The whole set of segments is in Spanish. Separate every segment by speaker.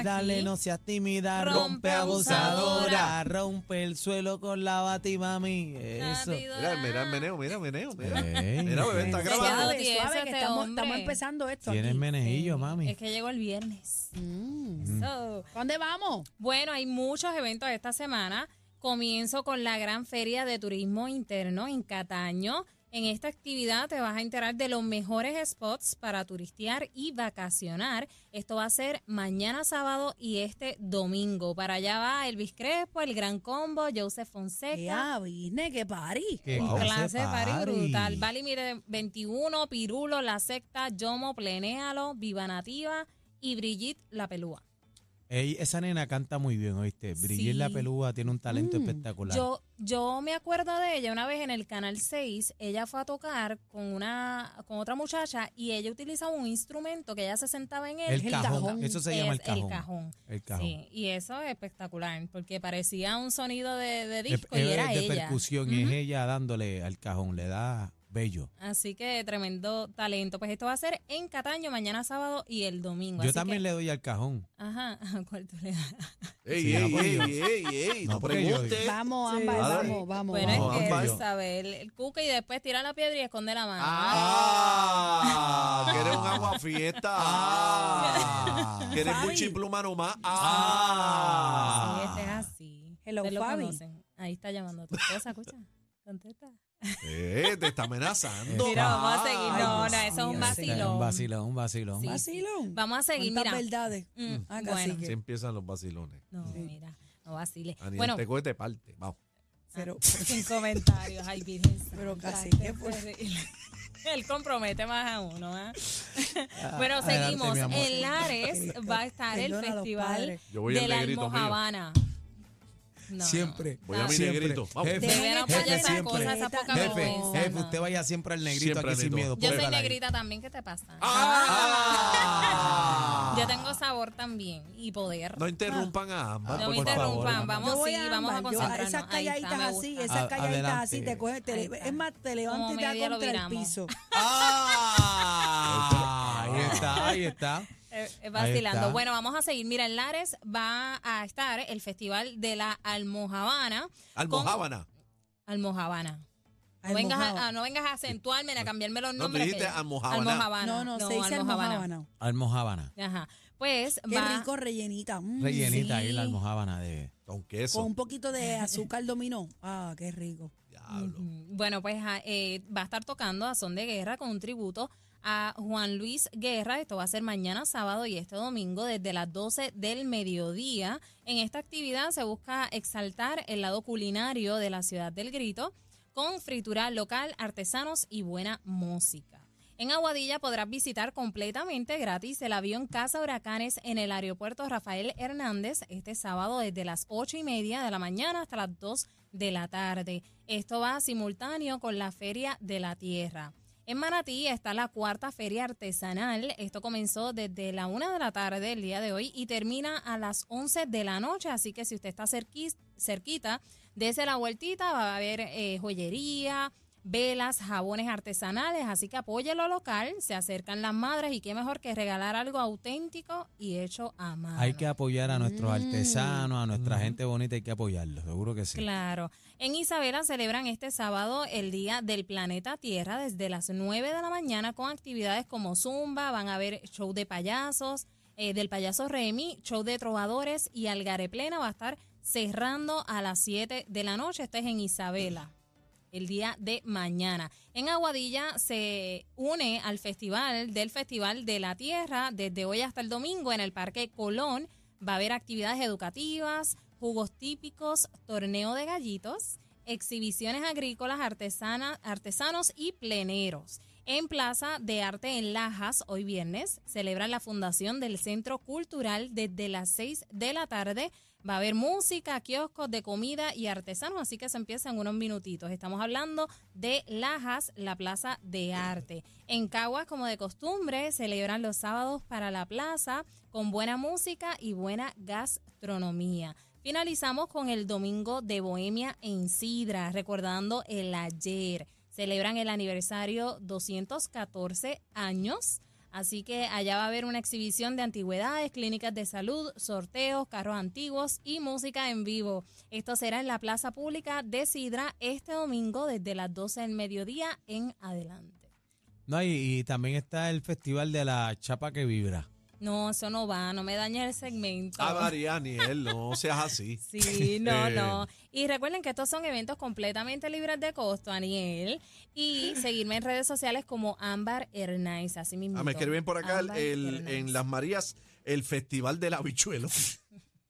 Speaker 1: Y dale, no seas tímida,
Speaker 2: Rompe
Speaker 1: rompe abusadora, rompe el suelo con la bati, mami. Eso.
Speaker 3: Mira, mira, meneo, mira, meneo, mira.
Speaker 1: Ey,
Speaker 3: Mira, bebé, está
Speaker 2: Suave,
Speaker 3: grabando.
Speaker 2: suave,
Speaker 4: Tieso
Speaker 2: que
Speaker 4: este
Speaker 2: estamos,
Speaker 4: hombre.
Speaker 2: estamos empezando esto
Speaker 1: Tienes
Speaker 2: aquí. Mm.
Speaker 1: menejillo, mami.
Speaker 4: Es que llegó el viernes.
Speaker 1: Mm.
Speaker 4: So,
Speaker 2: ¿Dónde vamos?
Speaker 4: bueno, hay muchos eventos esta semana. Comienzo con la gran feria de turismo interno en Cataño. En esta actividad te vas a enterar de los mejores spots para turistear y vacacionar. Esto va a ser mañana sábado y este domingo. Para allá va Elvis Crespo, el Gran Combo, Joseph
Speaker 2: ¿Qué
Speaker 4: Fonseca.
Speaker 2: avine, qué party.
Speaker 1: Qué
Speaker 4: Un clase de party
Speaker 1: party.
Speaker 4: brutal. Vale, mire, 21, Pirulo, La Secta, Yomo, Plenéalo, Viva Nativa y Brigitte La Pelúa.
Speaker 1: Ey, esa nena canta muy bien, ¿oíste? Brillé en la
Speaker 4: Sí. Mm.
Speaker 1: pelúa, tiene un talento espectacular.
Speaker 4: Yo, yo me acuerdo de ella una vez en el Canal 6, ella fue a tocar con una con otra muchacha y ella utilizaba un instrumento que ella se sentaba en él.
Speaker 1: el,
Speaker 2: el
Speaker 1: cajón.
Speaker 2: cajón.
Speaker 1: Eso se llama
Speaker 4: Es
Speaker 1: el cajón.
Speaker 4: El cajón.
Speaker 1: El cajón.
Speaker 4: Sí, y eso es espectacular porque parecía un sonido de, de
Speaker 1: Es-
Speaker 4: disco y
Speaker 1: es
Speaker 4: era
Speaker 1: Eh, de
Speaker 4: ella.
Speaker 1: percusión y es ella dándole al cajón, le da bello.
Speaker 4: Así que tremendo talento. Pues esto va a ser en Cataño mañana sábado y el domingo.
Speaker 1: Yo
Speaker 4: Así
Speaker 1: también
Speaker 4: que-
Speaker 1: le doy al cajón.
Speaker 4: Ajá, ¿cuál tú le das?
Speaker 3: Ey,
Speaker 1: Sí,
Speaker 3: ey,
Speaker 1: la
Speaker 3: ey,
Speaker 1: apoyo.
Speaker 3: ey, ey,
Speaker 1: No,
Speaker 3: no
Speaker 1: porque yo-
Speaker 3: pregunte.
Speaker 2: Vamos, Ámbar,
Speaker 3: Dale.
Speaker 2: vamos, vamos.
Speaker 4: Bueno,
Speaker 1: vamos,
Speaker 4: es que
Speaker 1: vamos.
Speaker 4: tú sabes, el, el cuca y después tira la piedra y esconde la mano.
Speaker 3: Ah, que eres un agua fiesta. Ah, que eres
Speaker 2: Fabi.
Speaker 3: un chipluma nomás. Ah.
Speaker 4: Sí, este es así.
Speaker 2: Hello,
Speaker 4: Ustedes lo
Speaker 2: Fabi.
Speaker 4: conocen. Ahí está llamando tu esposa, escucha. Contesta. Ah,
Speaker 3: Eh, te está amenazando. Ah.
Speaker 4: Mira, vamos a seguir. No,
Speaker 2: Dios
Speaker 4: no, eso es un
Speaker 2: mío,
Speaker 1: Era Un
Speaker 4: vacilón.
Speaker 1: vacilón, un vacilón.
Speaker 4: Sí.
Speaker 2: Vacilón.
Speaker 4: Vamos a seguir,
Speaker 2: Cuántas
Speaker 4: mira.
Speaker 2: verdades.
Speaker 4: Mm,
Speaker 2: Ah,
Speaker 4: bueno.
Speaker 2: cacique.
Speaker 3: Se empiezan los vacilones.
Speaker 4: No, mira, no vacile.
Speaker 3: Aniel,
Speaker 4: Bueno,
Speaker 3: te coge, te parte. Vamos.
Speaker 2: Pero,
Speaker 4: sin comentarios. Ay, virgen. santa,
Speaker 2: Pero casi
Speaker 4: este
Speaker 2: que pues. por-
Speaker 4: es terrible. Él compromete más a uno, ¿ah? Bueno,
Speaker 1: adelante,
Speaker 4: seguimos.
Speaker 1: mi amor.
Speaker 4: En Lares va a estar el
Speaker 2: Perdona a los
Speaker 4: festival
Speaker 2: padres.
Speaker 3: Yo voy
Speaker 4: de
Speaker 3: al
Speaker 4: la
Speaker 3: negrito mío.
Speaker 4: Almohabana. No,
Speaker 1: Siempre.
Speaker 3: Voy a mi
Speaker 1: siempre.
Speaker 3: negrito, vamos.
Speaker 1: Jefe,
Speaker 4: Deben apoyar
Speaker 1: jefe,
Speaker 4: esas
Speaker 1: siempre.
Speaker 4: cosas, esa poca
Speaker 1: Jefe,
Speaker 4: vergüenza,
Speaker 1: jefe,
Speaker 4: no.
Speaker 1: usted vaya siempre al negrito
Speaker 3: Siempre
Speaker 1: aquí
Speaker 3: al
Speaker 1: sin
Speaker 3: negrito.
Speaker 1: miedo.
Speaker 4: Yo soy
Speaker 1: pruébala ahí.
Speaker 4: negrita también, ¿qué te pasa?
Speaker 3: Ah.
Speaker 4: Yo tengo sabor también y poder.
Speaker 3: No interrumpan a ambas.
Speaker 4: No
Speaker 3: por
Speaker 4: me
Speaker 3: favor.
Speaker 4: interrumpan, vamos,
Speaker 2: Yo voy
Speaker 4: sí,
Speaker 2: a
Speaker 4: vamos a
Speaker 2: Ámbar, yo-
Speaker 4: concentrarnos.
Speaker 2: Esas
Speaker 4: Ahí está,
Speaker 2: calladitas
Speaker 4: me
Speaker 2: así,
Speaker 4: gusta.
Speaker 2: esas
Speaker 1: A-
Speaker 2: calladitas así,
Speaker 1: adelante.
Speaker 2: te coges, te
Speaker 4: Ahí
Speaker 2: le-
Speaker 4: está.
Speaker 2: es más, te levantas y te
Speaker 4: media
Speaker 2: das
Speaker 4: lo
Speaker 2: contra el
Speaker 4: viramos.
Speaker 2: piso.
Speaker 1: Ah, ahí está, ahí está.
Speaker 4: Eh, eh,
Speaker 1: Ahí
Speaker 4: vacilando.
Speaker 1: está.
Speaker 4: Bueno, vamos a seguir. Mira, en Lares va a estar el festival de la Almohabana.
Speaker 3: Almohábana.
Speaker 4: Almohabana. No
Speaker 2: Ay,
Speaker 4: vengas,
Speaker 2: mojado.
Speaker 4: a, a- no vengas a acentuarme ni a cambiarme los
Speaker 3: No, tú
Speaker 4: nombres. que
Speaker 3: dijiste
Speaker 4: ya-
Speaker 3: Almojábana.
Speaker 4: Almojábana.
Speaker 2: No, no, se dice
Speaker 4: Almojábana.
Speaker 2: almojábana.
Speaker 1: Almohábana.
Speaker 4: Ajá. Pues
Speaker 2: Qué
Speaker 4: va.
Speaker 2: rico rellenita. mm,
Speaker 1: Rellenita ahí
Speaker 4: Sí.
Speaker 1: la almohábana de.
Speaker 3: Con queso.
Speaker 2: Con un poquito de azúcar dominó. Ah, qué rico.
Speaker 3: Diablo.
Speaker 4: Mm, Bueno, pues ah, eh, va a estar tocando a Son de Guerra con un tributo a Juan Luis Guerra. Esto va a ser mañana sábado y este domingo desde las 12 del mediodía. En esta actividad se busca exaltar el lado culinario de la ciudad del grito con fritura local, artesanos y buena música. En Aguadilla podrás visitar completamente gratis el avión Casa Huracanes en el aeropuerto Rafael Hernández este sábado desde las 8 y media de la mañana hasta las 2 de la tarde. Esto va simultáneo con la Feria de la Tierra. En Manatí está la cuarta feria artesanal. Esto comenzó desde la una de la tarde el día de hoy y termina a las 11 de la noche. Así que si usted está cerquis- cerquita, desde la vueltita va a haber eh, joyería, velas, jabones artesanales. Así que apoye lo local. Se acercan las madres y qué mejor que regalar algo auténtico y hecho a mano.
Speaker 1: Hay que apoyar a
Speaker 4: Mm.
Speaker 1: nuestros artesanos, a nuestra gente bonita, hay que apoyarlos, seguro que sí.
Speaker 4: Claro. En Isabela celebran este sábado el Día del Planeta Tierra desde las 9 de la mañana con actividades como Zumba, van a haber show de payasos, eh, del payaso Remy, show de trovadores y Algaré Plena va a estar cerrando a las 7 de la noche. Esto es en Isabela el día de mañana. En Aguadilla se une al festival del Festival de la Tierra desde hoy hasta el domingo en el Parque Colón. Va a haber actividades educativas, jugos típicos, torneo de gallitos. exhibiciones agrícolas, artesanas, artesanos y pleneros. En Plaza de Arte en Lajas, hoy viernes, celebran la fundación del Centro Cultural desde las 6 de la tarde. Va a haber música, kioscos de comida y artesanos, así que se empieza en unos minutitos. Estamos hablando de Lajas, la Plaza de Arte. En Caguas, como de costumbre, celebran los sábados para la plaza con buena música y buena gastronomía. Finalizamos con el Domingo de Bohemia en Sidra, recordando el ayer. Celebran el aniversario 214 años. Así que allá va a haber una exhibición de antigüedades, clínicas de salud, sorteos, carros antiguos y música en vivo. Esto será en la Plaza Pública de Sidra este domingo desde las 12 del mediodía en adelante.
Speaker 1: No, y, y también está el festival de la chapa que vibra.
Speaker 4: No, eso no va, no me dañes el segmento.
Speaker 3: A Mariani, él no seas así.
Speaker 4: Sí, no,
Speaker 3: Eh.
Speaker 4: no. Y recuerden que estos son eventos completamente libres de costo, Aniel. Y seguirme en redes sociales como Ámbar Hernández, así mismo.
Speaker 3: Ah, me escriben por acá el-
Speaker 4: Ámbar
Speaker 3: el-
Speaker 4: Hernández.
Speaker 3: en Las Marías el Festival del Habichuelo.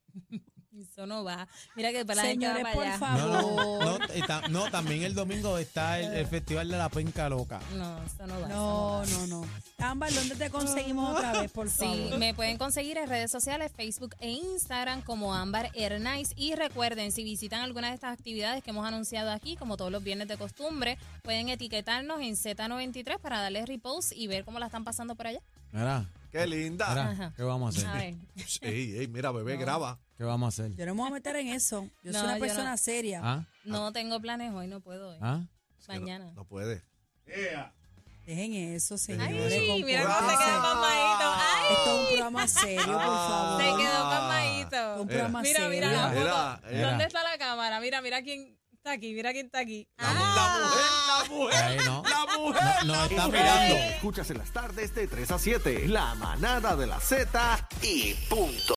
Speaker 4: Eso no va. Mira que para la gente va
Speaker 2: Señores,
Speaker 4: para
Speaker 2: por
Speaker 4: allá.
Speaker 1: No,
Speaker 2: favor.
Speaker 1: no, no, y ta- no, también el domingo está el, el festival de la penca loca.
Speaker 4: No, eso no va. eso
Speaker 2: No,
Speaker 4: va.
Speaker 2: no, no. Ámbar, ¿dónde te conseguimos otra vez, por
Speaker 4: Sí,
Speaker 2: favor?
Speaker 4: me pueden conseguir en redes sociales, Facebook e Instagram como Ámbar Hernández. Y recuerden, si visitan alguna de estas actividades que hemos anunciado aquí, como todos los viernes de costumbre, pueden etiquetarnos en Z93 para darles repost y ver cómo la están pasando por allá.
Speaker 1: Mira,
Speaker 3: Qué linda.
Speaker 1: mira,
Speaker 4: Ajá.
Speaker 1: ¿qué
Speaker 3: Ah,
Speaker 1: vamos a
Speaker 4: A
Speaker 1: hacer?
Speaker 4: ver.
Speaker 3: Ey, ey, mira, bebé, graba.
Speaker 1: ¿Qué vamos a hacer?
Speaker 2: Yo no me voy a meter en eso. Yo
Speaker 4: No,
Speaker 2: soy una
Speaker 4: yo
Speaker 2: persona
Speaker 4: no.
Speaker 2: seria.
Speaker 1: ¿Ah?
Speaker 4: No tengo planes hoy, no puedo hoy.
Speaker 1: ¿Ah?
Speaker 3: Es que no-
Speaker 4: Mañana.
Speaker 3: No, puede.
Speaker 2: Dejen eso, señores.
Speaker 4: Ay, mira cómo
Speaker 3: comportarse.
Speaker 4: se quedó mamadito. Ay,
Speaker 2: Esto es un programa serio, Então, por favor.
Speaker 4: se quedó
Speaker 2: Esto es un
Speaker 4: mamadito.
Speaker 2: programa
Speaker 4: Mira,
Speaker 2: serio.
Speaker 4: mira la foto.
Speaker 3: Ah. Era, era.
Speaker 4: ¿Dónde está la cámara? Mira, mira quién está aquí, mira quién está aquí. Ah,
Speaker 3: La, mu- la mujer,
Speaker 1: Ay, Ah. no.
Speaker 3: la mujer, la mujer.
Speaker 1: No,
Speaker 3: la
Speaker 1: está
Speaker 3: mujer.
Speaker 1: mirando.
Speaker 5: Escuchas en las tardes de 3 a 7, la manada de la Z y punto.